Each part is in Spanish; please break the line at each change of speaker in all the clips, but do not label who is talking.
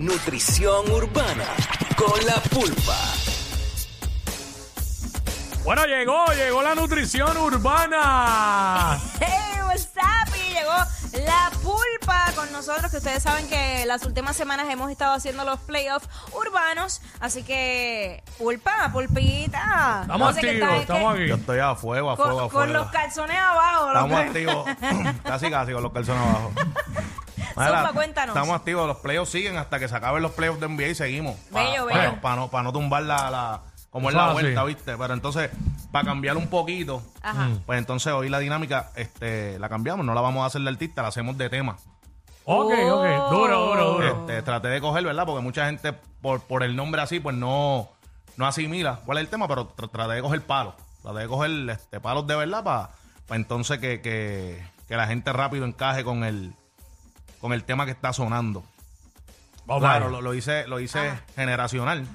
Nutrición urbana con la pulpa.
Bueno, llegó, llegó la nutrición urbana.
Hey, what's up? Y llegó la pulpa con nosotros, que ustedes saben que las últimas semanas hemos estado haciendo los playoffs urbanos, así que pulpa, pulpita.
Estamos
No sé qué
activos,
tal,
estamos
que-
aquí.
Yo estoy a fuego, a fuego,
Con,
a
con los
fuego.
calzones abajo. lo
Estamos
que-
activos, casi casi con los calzones abajo.
Zumba, cuéntanos.
Estamos activos, los playoffs siguen hasta que se acaben los playoffs de NBA y seguimos.
Bello,
para,
bello.
no, pa no, pa no tumbar la, la- como es
Eso
la
es
vuelta,
así.
¿viste? Pero entonces, para cambiar un poquito,
Ajá.
Mm.
pues entonces hoy la dinámica este, la cambiamos, no la vamos a hacer de artista, la hacemos de tema.
Ok, ok,
Oh.
duro, duro, duro.
Este, traté de coger, ¿verdad? Porque mucha gente por, por el nombre así, pues no, no asimila cuál es el tema, pero tra- traté de coger palos. Traté de coger este, palos de verdad para entonces que, que- que la gente rápido encaje con el, con el tema que está sonando.
Vamos
claro,
ahí.
lo, lo hice, lo hice
Ah.
generacional.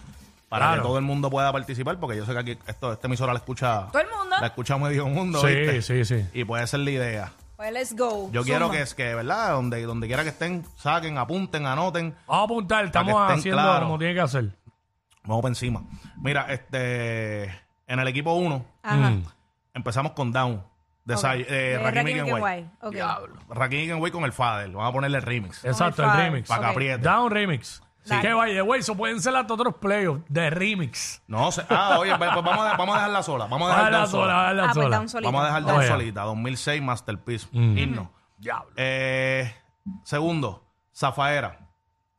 Para
Claro.
que todo el mundo pueda participar, porque yo sé que aquí esto, esta emisora la escucha.
Todo el mundo.
La escucha medio mundo.
Sí,
¿viste?
sí, sí.
Y puede ser la idea.
Pues let's go.
Yo
Zumba.
quiero que, es que ¿verdad? Donde, donde quiera que estén, saquen, apunten, anoten.
Vamos a apuntar, estamos
Para que estén
haciendo
claros.
como tiene que hacer.
Vamos para encima. Mira, este en el equipo 1
Ajá.
Mm.
empezamos con Down. De,
Ok.
Sai- eh,
De
Rakim
Rakim
Iguay.
Iguay, ok. Ah,
Diablo. Rakim Iguay con el Fader. Vamos a ponerle remix.
Exacto,
Oh my
el
God.
remix.
Para
ok.
que apriete.
Down remix.
Sí.
Que vaya, güey, eso pueden ser hasta otros playoffs de remix.
No, se- ah, oye, pues vamos a, vamos a dejarla sola. Vamos a dejar
Dale la
Down sola. Oh,
sola, dale
Ah,
la
pues está
sola.
un solito.
Vamos a dejar Down
Oye.
solita. 2006 Masterpiece.
Mm.
Himno.
Diablo.
Eh, segundo, Zafaera.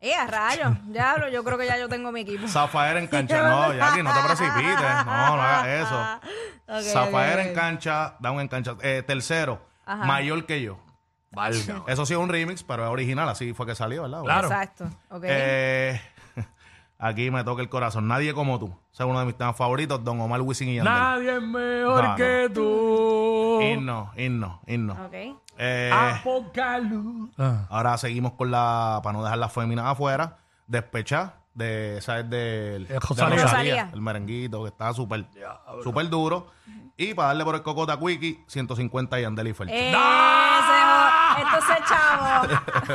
Eh, a rayos. Diablo, yo creo que ya yo tengo mi equipo.
Zafaera en cancha. No, Jackie, no te precipites. No, no hagas eso.
Ok,
Zafaera
ok,
en
ok.
cancha, Down en cancha. Eh, tercero,
Ajá.
mayor que yo.
Valga.
Eso sí es un remix, pero es original, así fue que salió, ¿verdad?
Claro.
Exacto. ok.
Eh, aquí me toca el corazón. Nadie como tú. Ese es uno de mis temas favoritos, Don Omar Wisin y Yandel.
Nadie es mejor
No, no.
que tú.
Himno, himno, himno.
ok.
Eh,
Ah. Apocalú. Ah.
ahora seguimos con la, para no dejar las féminas afuera, Despechá, de, esa es del, de
Rosalía.
Rosalía.
El merenguito, que está súper, súper duro. Y para darle por el cocota a Quickie, 150 y Andel y Fercho.
Eh,
¡Ah!
se jo- Esto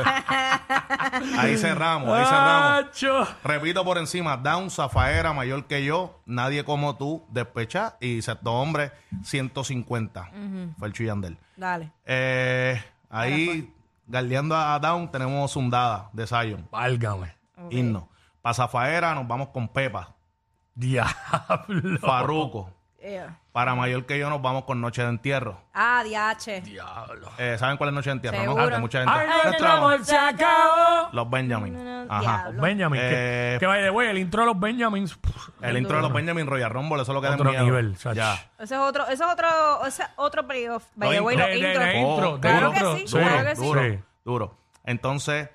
se chavo.
Ahí cerramos,
Ah,
ahí cerramos.
Acho.
Repito por encima, Down, Zafaera, mayor que yo, nadie como tú, despechá y sexto hombre, 150. Felcho y Yandel.
Dale.
Eh, ahí,
pues.
galdeando a Down, tenemos Sundada de Zion,
Válgame.
himno. Para Zafaera nos vamos con Pepa,
Diablo.
Farruco.
Eh.
Para mayor que yo nos vamos con Noche de Entierro.
Ah, DH.
Diablo.
Eh, ¿Saben cuál es Noche de Entierro?
Seguro.
No, Que mucha gente.
Ay, no,
Nuestro-
no, no, se acabó.
Los Benjamin. Ajá.
Diablo.
Benjamin, que-
Eh,
que vaya, güey, el intro de los Benjamins. pff,
El intro de los Benjamin Royal Rumble, eso es lo que da
Otro
miedo.
nivel, chacho.
Ya.
Ese es otro, ese es otro, ese es otro playoff. By the
No,
way,
intro.
los
De- de-
intros.
de intro, de
claro
intro.
que sí,
Sí.
claro que sí.
Oh, duro,
Sí.
duro. Entonces,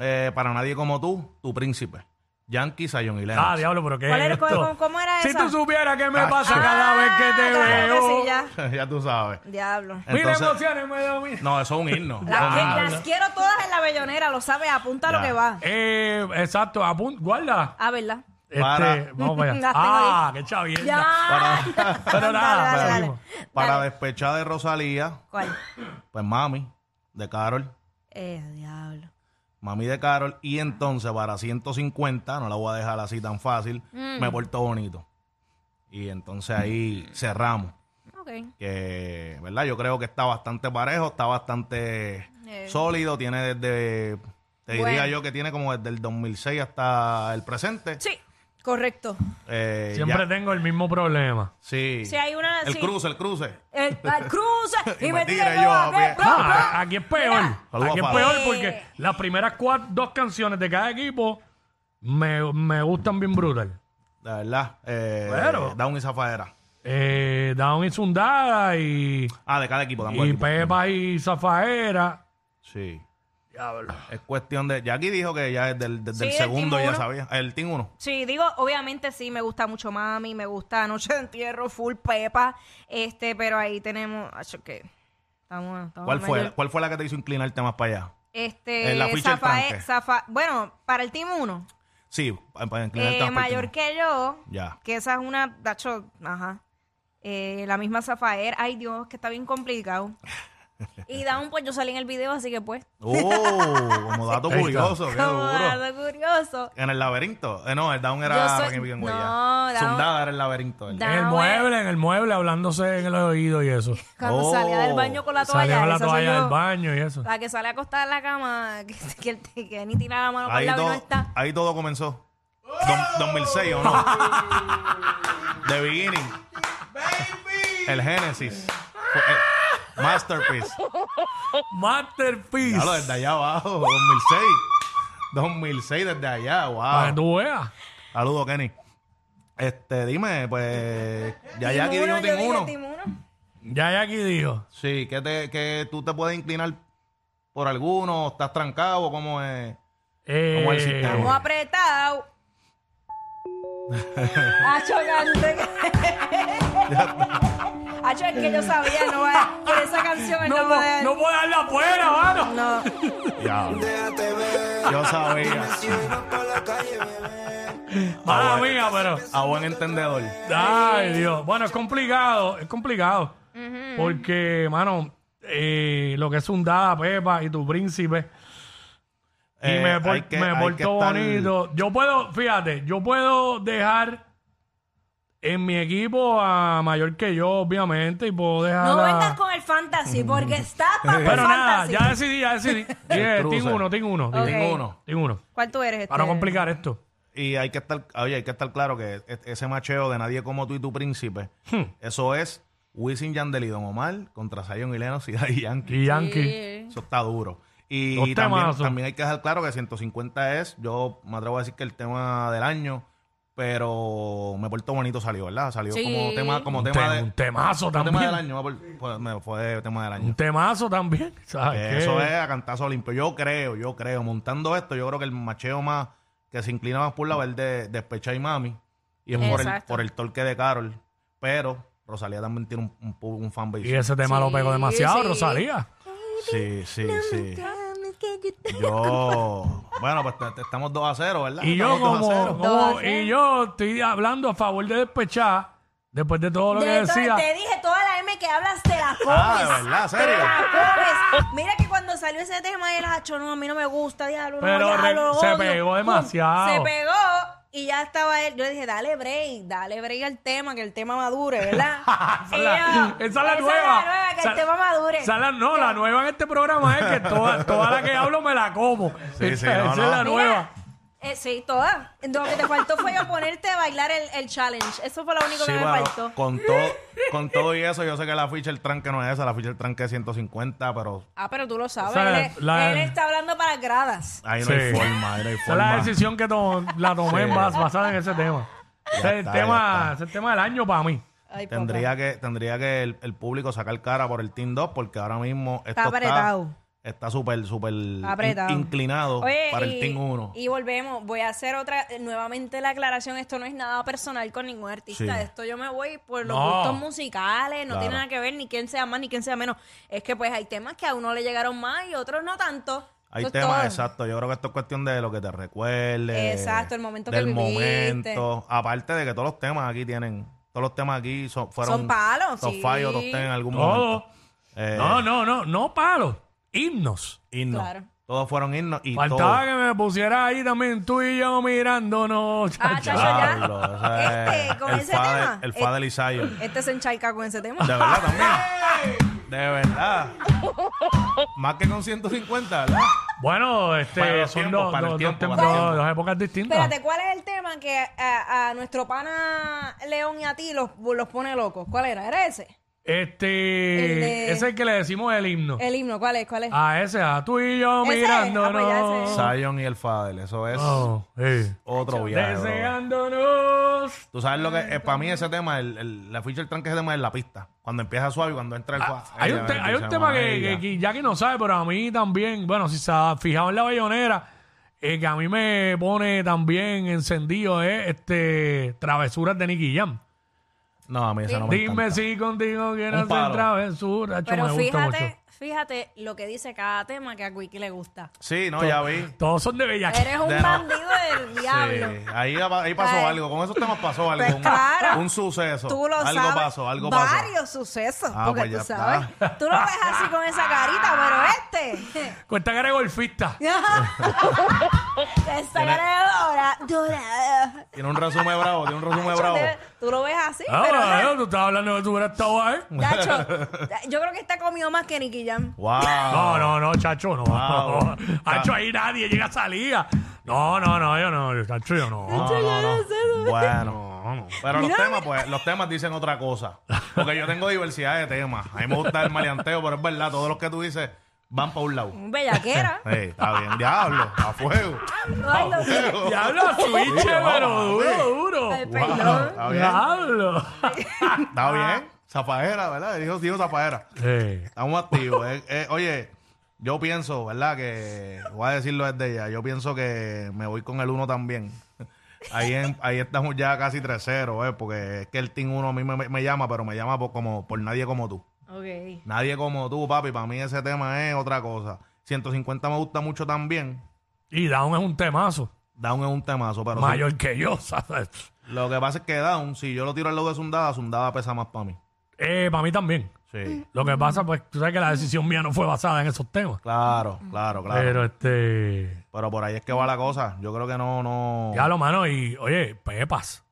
eh, para nadie como tú, tu príncipe. Yankee, Zion y Lennox.
Ah, diablo, pero qué
¿Cuál
es
era-
esto?
cómo- cómo era
Si
esa?
tú supieras qué me
Ah,
pasa
sí.
cada vez que te
Ah, claro que
veo.
sí, ya.
ya tú sabes.
Diablo.
Mira
Entonces-
emociones, me dominan.
No, eso es un himno.
Las,
Eso es un
que-
himno.
las quiero todas en la bellonera, lo sabes, apunta lo
Ya.
que va.
Eh, exacto, apun- guarda.
Ah, ¿verdad?
Este,
Para.
vamos para allá.
Las tengo
Ah, qué chavienda.
Ya.
Pero nada,
Dale, dale,
seguimos.
dale.
Para
Dale.
despechar de Rosalía,
¿Cuál?
pues mami, de Carol.
Eh, diablo.
Mami de Carol. Y entonces, para 150, no la voy a dejar así tan fácil,
Mm.
me porto bonito. Y entonces ahí cerramos.
Ok.
que, ¿verdad? Yo creo que está bastante parejo, está bastante
Eh.
sólido, tiene desde, te
Bueno.
diría yo que tiene como desde el 2006 hasta el presente.
Sí, correcto.
Eh,
Siempre
ya-
tengo el mismo problema.
Sí.
Si hay una-
El
sí.
cruce, el cruce.
El, al cruce y,
Y
me
me
tira
tira
yo
yo
a
a
ver, bro,
pie.
No,
bro.
a- Ah, aquí es peor.
Saludos,
Aquí es
papá.
peor
Eh.
porque las primeras cuatro, dos canciones de cada equipo me, me gustan bien brutal.
La verdad. Eh,
Bueno.
Down y Zafaera.
Eh, Down y Sundada y,
Ah, de cada equipo, de ambos
y
equipos.
Pepa y Zafaera.
Sí.
Diablo.
Es cuestión de. Jackie dijo que ya desde el, desde
Sí,
el
el
segundo
Team
ya
uno.
sabía. El Team 1.
Sí, digo, obviamente sí, me gusta mucho Mami, me gusta Noche de Entierro, Full Pepa, este, pero ahí tenemos, acho, que estamos, estamos
¿Cuál fue,
medio-
¿Cuál fue la que te hizo inclinarte más para allá?
Este,
En la ficha del
Zafae-
tanque.
Zafa- bueno, para el Team 1,
Sí, pa- para inclinarte más para el
Eh, mayor
Team
que yo,
uno. Ya.
que esa es una, dacho, ajá, eh, la misma Zafaer, ay Dios, que está bien complicado. y Down, pues yo salí en el video, así que pues,
Oh, como dato
Ahí está.
curioso, qué
como
duro.
dato curioso.
En el laberinto. Eh, no, el Down
Yo
era
soy-
Rocky Miguel
no,
Huella.
Down-
Sundada era el laberinto. él.
En el
Down,
mueble, en el mueble, hablándose en el oído y eso.
Cuando
Oh.
salía del baño con la toalla,
Salió la
esa soy
toalla
yo.
del baño y eso.
La que sale acostada en la cama, que, que- que ni tira la mano por
Ahí,
la
todo,
no está.
ahí todo comenzó. Dos- 2006 o no. The Beginning. El Génesis. Fue el Masterpiece.
Masterpiece.
Claro, desde allá abajo. 2006. 2006 desde allá.
Para que
Wow.
tú veas.
Saludos, Kenny. Este, dime, pues. Ya ya aquí
Timuno,
dijo
yo
Team
dije
uno.
Timuno.
Ya Jackie dijo.
Sí, que, te, que tú te puedes inclinar por alguno, estás trancado, o cómo es.
Eh,
Vamos al sistema.
Vamos apretado. Hacho, cante. Hacho, es que yo sabía, no va por esa
No,
canción. No,
puedo-
puede-
no puedo darle afuera, mano.
no.
Ya. Yo sabía.
Mala mía, pero.
A buen entendedor.
Ay, Dios. Bueno, es complicado, es complicado. Porque, mano, eh, lo que es Hundada, Pepa y tu príncipe. Y
Eh,
me, por-
hay que-
me
hay que
porto
estar-
bonito. Yo puedo, fíjate, yo puedo dejar en mi equipo a mayor que yo, obviamente, y puedo dejar.
No
a-
vengas con el fantasy, porque está para
Pero nada,
fantasy.
ya decidí, ya decidí. Dije, Team
Cruiser.
1, Team 1.
Ok.
Team uno.
Team 1.
¿Cuál tú eres?
Para no
este?
complicar esto.
Y hay que estar, oye, hay que estar claro que e- ese macheo de nadie como tú y tu príncipe,
Hmm.
eso es Wisin Yandel y Don Omar contra Zion y Lennox y Daddy Yankee.
Y Yankee.
Eso está duro. Y,
Los
y también,
temazos.
también hay que dejar claro que 150 es, yo me atrevo a decir que el tema del año, pero me porto bonito salió, ¿verdad? Salió
Sí.
como tema, como
Un,
tema,
te-
de,
un temazo
como tema del
también.
año, me por- fue, me fue tema del
Un
año.
temazo también. ¿sabes
Que
qué?
Eso es a cantazo limpio. Yo creo, yo creo, montando esto, yo creo que el macheo más que se inclina más por la verde de Pecha y Mami. Y es por el,
Exacto.
por el torque de Carol. Pero Rosalía también tiene un, un, pu- un fanbase.
Y ese tema lo pegó demasiado,
sí.
Rosalía.
Sí, sí, sí. Yo. Bueno, pues te- te- estamos 2 a 0, ¿verdad?
Y yo,
Estamos 2
como,
a 0.
como-
Dos, ¿eh?
y yo estoy hablando a favor de despechar, después de todo lo que
De to-
decía.
te dije, toda la M que hablas te la comes.
Ah, de verdad,
Te
serio.
la comes. Mira que cuando salió ese tema, él hecho, no, a mí no me gusta, diablo, no,
Pero
diablo,
re-
lo
se
odio".
pegó
Pum,
demasiado.
Se pegó y ya estaba él. Yo le dije, dale break, dale break al tema, que el tema madure, ¿verdad?
Esa
Y
es la-
yo,
esa es la nueva.
que
Esa-
el tema madure.
Esa es la- no, la nueva en este programa es que toda, toda la que hablo me la como.
Sí, sí,
esa
no,
es
no.
la
Mira,
nueva.
eh, sí, toda. Lo que te faltó fue yo ponerte a bailar el, el challenge. Eso fue lo único
Sí,
que me
bueno,
faltó.
con, todo, con todo y eso, yo sé que la ficha del tranque no es esa, la ficha del tranque es 150, pero
Ah, pero tú lo sabes.
sea,
él,
la-
él está hablando para las gradas.
ahí no
Sí.
hay forma, ahí no hay
Esa es la
forma.
decisión que to- la tomé
Sí.
bas- basada en ese tema.
Ya
Ese es el
está, ya
tema,
está.
ese es el tema del año para mí.
Ay, papá.
Tendría que, tendría que el, el público sacar cara por el Team 2 porque ahora mismo esto
Está apretado.
Está súper, súper in-
Apretado.
inclinado
Oye,
para
y-
el Team 1.
Y volvemos, voy a hacer otra, eh, nuevamente la aclaración, esto no es nada personal con ningún artista,
Sí.
esto yo me voy por los
No.
gustos musicales, no
Claro.
tiene nada que ver ni quién sea más ni quién sea menos, es que pues hay temas que a uno le llegaron más y otros no tanto.
Hay
Eso es
temas,
todo.
exacto. Yo creo que esto es cuestión de lo que te recuerde.
Exacto, el momento que
del
viviste.
momento. Aparte de que todos los temas aquí tienen. Todos los temas aquí son, fueron.
Son palos,
Son
sí.
fallos, todos tienen algún
Todo.
momento. Eh,
No, no, no, no palos. Himnos.
himnos.
Claro.
Todos fueron himnos y
Faltaba
todos.
que me pusiera ahí también tú y yo mirándonos.
Ah, chacho, ya.
Diablo, ese es
Este, con
el
ese
Fadel-
tema.
El Fadel y Zion.
Este se encharca con ese tema.
De verdad también. De verdad. Más que con 150, ¿verdad?
Bueno, este,
Para los
son
tiempos,
dos,
para el
dos-
tiempo,
dos-
para el
dos-
tiempo.
dos épocas distintas.
Espérate, ¿cuál es el tema que a, a nuestro pana León y a ti los, los pone locos? ¿Cuál era? ¿Era ese?
Este,
El de-
ese es el que le decimos el himno.
El himno, ¿cuál es? ¿Cuál
Ah,
A
es?
ese, a tú y yo
Ese es. Ah,
mirándonos.
pues ya ese es.
Zion y el Fadel, eso es
Oh, sí.
otro viaje. bro.
Deseándonos. Dios.
Tú sabes lo que eh, para mí ese tema, el, el- la ficha del tranque ese tema es la pista. Cuando empieza suave y cuando entra el
Ah,
suave.
hay
Ay,
un,
ya
te-
me
hay un
puse
tema que,
amarilla.
que- que Jackie no sabe, pero a mí también, bueno, si se ha fijado en la bayonera, eh, que a mí me pone también encendido es este travesuras de Nicky Jam.
No, a mí esa no me
Dime
encanta.
si contigo quiero
Un
hacer
palo.
travesuras. Hacho,
Pero
me gusta mucho.
fíjate, fíjate lo que dice cada tema que a Wiki le gusta.
Sí, no, ya vi.
Todos son de Bellaquín.
Eres un
De no.
bandido del diablo.
Sí, ahí, ahí pasó
Ay.
algo. Con esos temas pasó algo.
Pues
un,
claro.
un suceso.
Tú lo
algo
sabes.
pasó, algo pasó.
Varios sucesos,
Ah,
porque
pues ya
tú sabes.
está.
Tú lo ves así con esa carita, pero este.
Cuenta que eres golfista.
esa cara de dorada.
Tiene un resumen bravo, tiene un resumen
Nacho,
bravo.
te- Tú lo ves así,
Ah,
pero.
bueno, tú estabas hablando de que tú hubieras estado ahí.
Nacho, yo creo que está comido más que Nicky Jam.
Wow.
No, no, Ah, no, chacho, no.
Wow.
Chacho, ahí nadie llega a salida. No, no, no, yo no, chacho, yo
Este
no.
Bueno.
No,
Pero los temas, pues, los temas dicen otra cosa. Porque yo tengo diversidad de temas. A mí me gusta el maleanteo, pero es verdad, todos los que tú dices van para un lado.
Un Bellaquera.
Sí, está bien, diablo, a fuego.
Ay, lo que-
no. Diablo, switch,
Sí, no,
pero
sí.
duro, duro.
Ay,
Wow,
perdón.
está bien,
Diablo.
está bien. Zafajera, ¿verdad? Dijo, dijo Zafajera.
Eh,
Estamos activos. Eh, eh, oye, yo pienso, ¿verdad? Que voy a decirlo desde ya. Yo pienso que me voy con el 1 también. Ahí, en- ahí estamos ya casi 3-0, eh, porque es que el Team 1 a mí me, me- me llama, pero me llama por, como, por nadie como tú.
Ok.
Nadie como tú, papi. Para mí ese tema es otra cosa. 150 me gusta mucho también.
Y Down es un temazo.
Down es un temazo, pero sí.
Mayor que yo, ¿sabes?
lo que pasa es que Down, si yo lo tiro al lado de Sundada, Sundada pesa más para mí.
Eh, para mí también.
Sí.
Lo que pasa, pues, tú sabes que la decisión mía no fue basada en esos temas.
Claro, claro, claro. Pero,
Pero este.
por ahí es que va la cosa. Yo creo que no, no.
Ya lo mano, y oye, Pepas.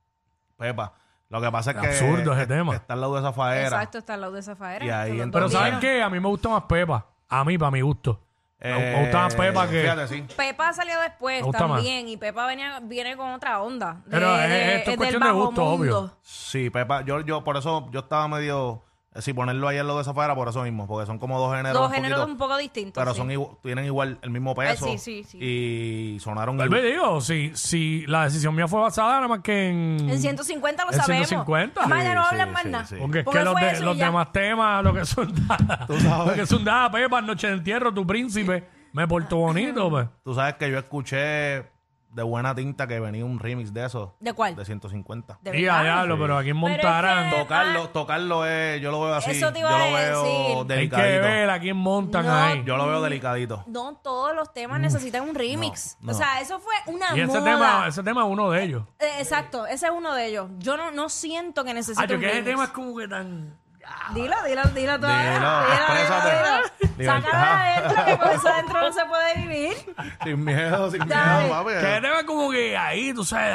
Pepa. Lo que pasa es
Qué
que.
absurdo ese
es-
tema.
Está al lado de esa faera.
Exacto, está al lado de esa faera.
Y ahí
Son los
entra-
Pero
dos
¿saben
días.
qué? A mí me gusta más Pepa. A mí, para mi gusto. me gusta más Pepa que.
Eh, Fíjate, sí.
Pepa salió después
Me gusta más.
también y Pepa venía, viene con otra onda. de-
Pero, eh,
de-
esto es
del
cuestión de
bajo
gusto,
mundo.
obvio.
Sí, Pepa. Yo, yo, por eso, yo estaba medio. eh, Si ponerlo ahí al lado de esa faera, por eso mismo. Porque son como dos géneros.
Dos
un
géneros
poquito-
un poco distintos.
Pero
sí. Eh,
son igual- tienen igual el mismo peso.
sí, sí, sí.
Y sonaron
Vuelvo y digo, si, si la decisión mía fue basada nada más que en.
En 150 lo
En
sabemos.
150.
Vaya, no
Sí,
hablan
sí,
más
sí,
nada.
sí.
Porque es que
Pongan
los,
fue
de-
eso y
los
ya.
demás temas, lo que son dadas,
Tú sabes.
lo que son dadas, Pepa, Noche de Entierro, Tu Príncipe, Me Porto Bonito, pues.
Tú sabes que yo escuché de buena tinta que venía un remix de eso.
¿De cuál?
De 150.
De
Y a
verdad.
diablo, pero aquí en
Pero es que-
Montarán.
Tocarlo, tocarlo es, yo lo veo así.
Eso te iba
yo
a
lo veo
decir.
Hay que ver
delicadito.
a quién montan
No.
ahí.
Yo lo veo delicadito.
No todos los temas necesitan un remix.
no.
O sea, eso fue una
Y ese
moda.
tema, ese tema es uno de ellos.
Eh, exacto, ese es uno de ellos. Yo no, no siento que necesite
Ah, yo
un
que ese
remix.
tema es como que tan.
Dilo, dilo, dilo tú. ahora.
Dilo, exprésate.
dilo. Sácalo de
Libertad.
adentro, que por eso adentro no se puede vivir.
Sin miedo, sin
Dale.
miedo, papi.
Que ese tema es como que ahí, tú sabes,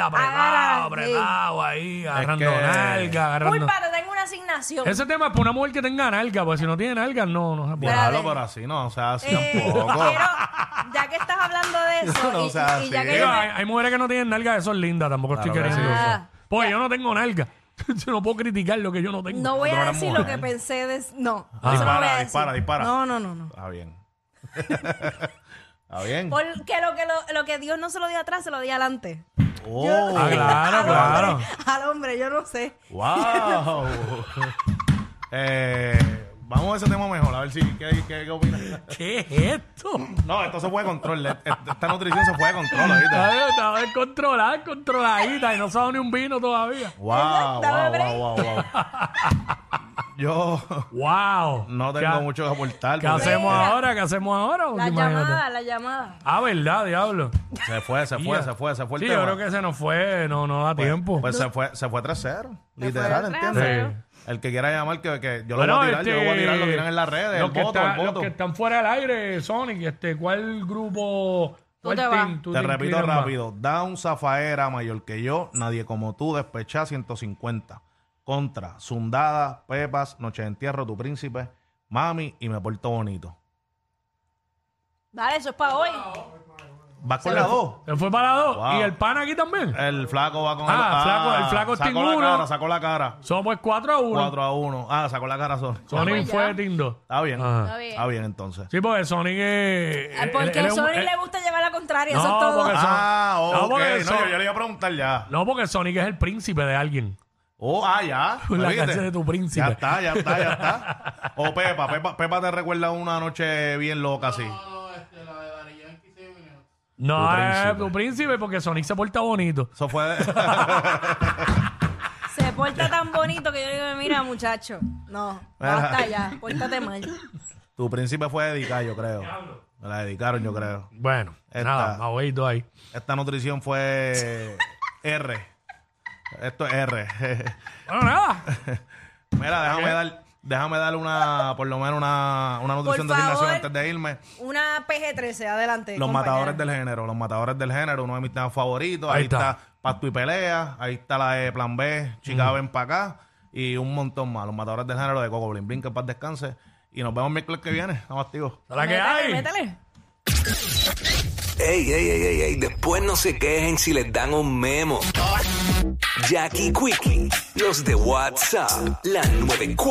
apretado,
Agarra, Ah, sí.
apretado, ahí, agarrando
que-
nalga, agarrando.
Pulpa, te tengo una asignación.
Ese tema es para una mujer que tenga nalga, porque si no tiene nalga, no, no se puede.
Espera, a ver.
Diablo, pero así no, o sea, así
Eh,
tampoco.
quiero, ya que estás hablando de eso,
No
y,
seas
y ya
así.
que
Digo,
yo me-
hay, hay mujeres que no tienen nalga, eso es linda, tampoco estoy
Claro que
queriendo
sí.
eso.
Ah.
Porque yo no tengo nalga. yo no puedo criticar lo que yo no tengo.
no voy
tú
a
eres
decir
mujer.
lo que pensé de no,
Ah.
eso no
Dispara,
voy a decir.
dispara, dispara.
No, no, no, no.
Está bien. Está bien.
Porque lo que lo, lo que Dios no se lo dio atrás, se lo dio adelante.
Oh,
Ah, claro, claro.
Al hombre, yo no sé.
wow. eh, vamos a ese tema mejor, a ver si qué, qué, qué opinas.
¿Qué es esto?
No, esto se fue de control. eh, Esta nutrición se fue de control ahorita.
Ay, Estaba descontrolada, descontroladita y no sabe ni un vino todavía.
Wow,
Dame
wow,
break.
wow, wow, wow. Yo
¡Wow!
no
¿Qué ha-
tengo mucho que aportar.
¿Qué
porque
hacemos
Mira.
ahora? ¿Qué hacemos ahora?
La
Pues Imagínate.
llamada, la llamada.
Ah, ¿verdad, diablo?
Se fue, se fue,
Ya.
se fue, se fue el
Sí,
tema.
yo creo que se nos fue, no, no da
Pues-
tiempo.
Pues se fue, se fue 3-0. Literal,
fue
¿entiendes?
3-0.
El que quiera llamar, que, que yo lo
Bueno,
voy a tirar, yo lo voy a
este,
tirar, lo tiran en las redes, el
los que
voto,
están-
el voto.
Los que están fuera del aire, Sonic, este, ¿cuál grupo? ¿Cuál
te
team
vas.
tú
Te repito
inclinas más?
rápido. Down Zafaera, mayor que yo, nadie como tú, despechá 150. Contra, Sundada, Pepas, Noche de Entierro, Tu Príncipe, Mami y Me Porto Bonito.
Dale, eso es para hoy.
Va con la 2.
Se fue para la dos.
Wow. Eh.
¿Y el pan aquí también?
El flaco va con
Ah,
el
flaco- el flaco es
Sacó
Team
la
uno.
cara, sacó la cara.
Somos pues 4 a 1.
4 a 1. Ah, sacó la cara Sonic.
Sonic
Pues ya.
fue Team 2.
Está bien.
Ajá.
Está bien.
Está bien, entonces.
Ah. Sí, porque Sonic es.
Ah, Porque
Eh, él
a
es un-
Sony
él-
le gusta llevar la contraria,
No,
eso es todo.
porque- Eso-
Ah, ok.
No,
No,
porque eso-
yo, yo le iba a preguntar ya.
No, porque Sonic es el príncipe de alguien.
Oh, ah, ya.
La
¿Viste?
casa de tu príncipe.
Ya está, ya está, ya está. O Pepa, Pepa, Pepa te recuerda una noche bien loca así.
No,
Tu
es
príncipe.
tu príncipe porque Sonic se porta bonito.
Eso fue.
Se porta tan bonito que yo digo, mira, muchacho, no, basta ya, pórtate mal.
tu príncipe fue dedicado, yo creo. Me la dedicaron, yo creo.
Bueno,
Está.
nada, abuelito ahí.
Esta nutrición fue R. Esto es R.
Bueno, nada.
Mira, déjame dar, déjame dar una, por lo menos una, una nutrición de gimnasio
favor.
antes de irme.
Una PG-13, adelante.
Los
compañera.
matadores del género, los matadores del género, uno de mis temas favoritos.
Ahí
Ahí,
está.
está. Pacto y Pelea, ahí está la de Plan B, Chica ven para acá y un montón más. Los matadores del género de Coco Blin Blin, que paz descanse. Y nos vemos el miércoles que viene. Estamos activos.
¿A la que
Métele,
hay?
métele.
Ey, ey, ey, ey, ey, después no se quejen si les dan un memo. Jackie Quickie, los de WhatsApp, la 94.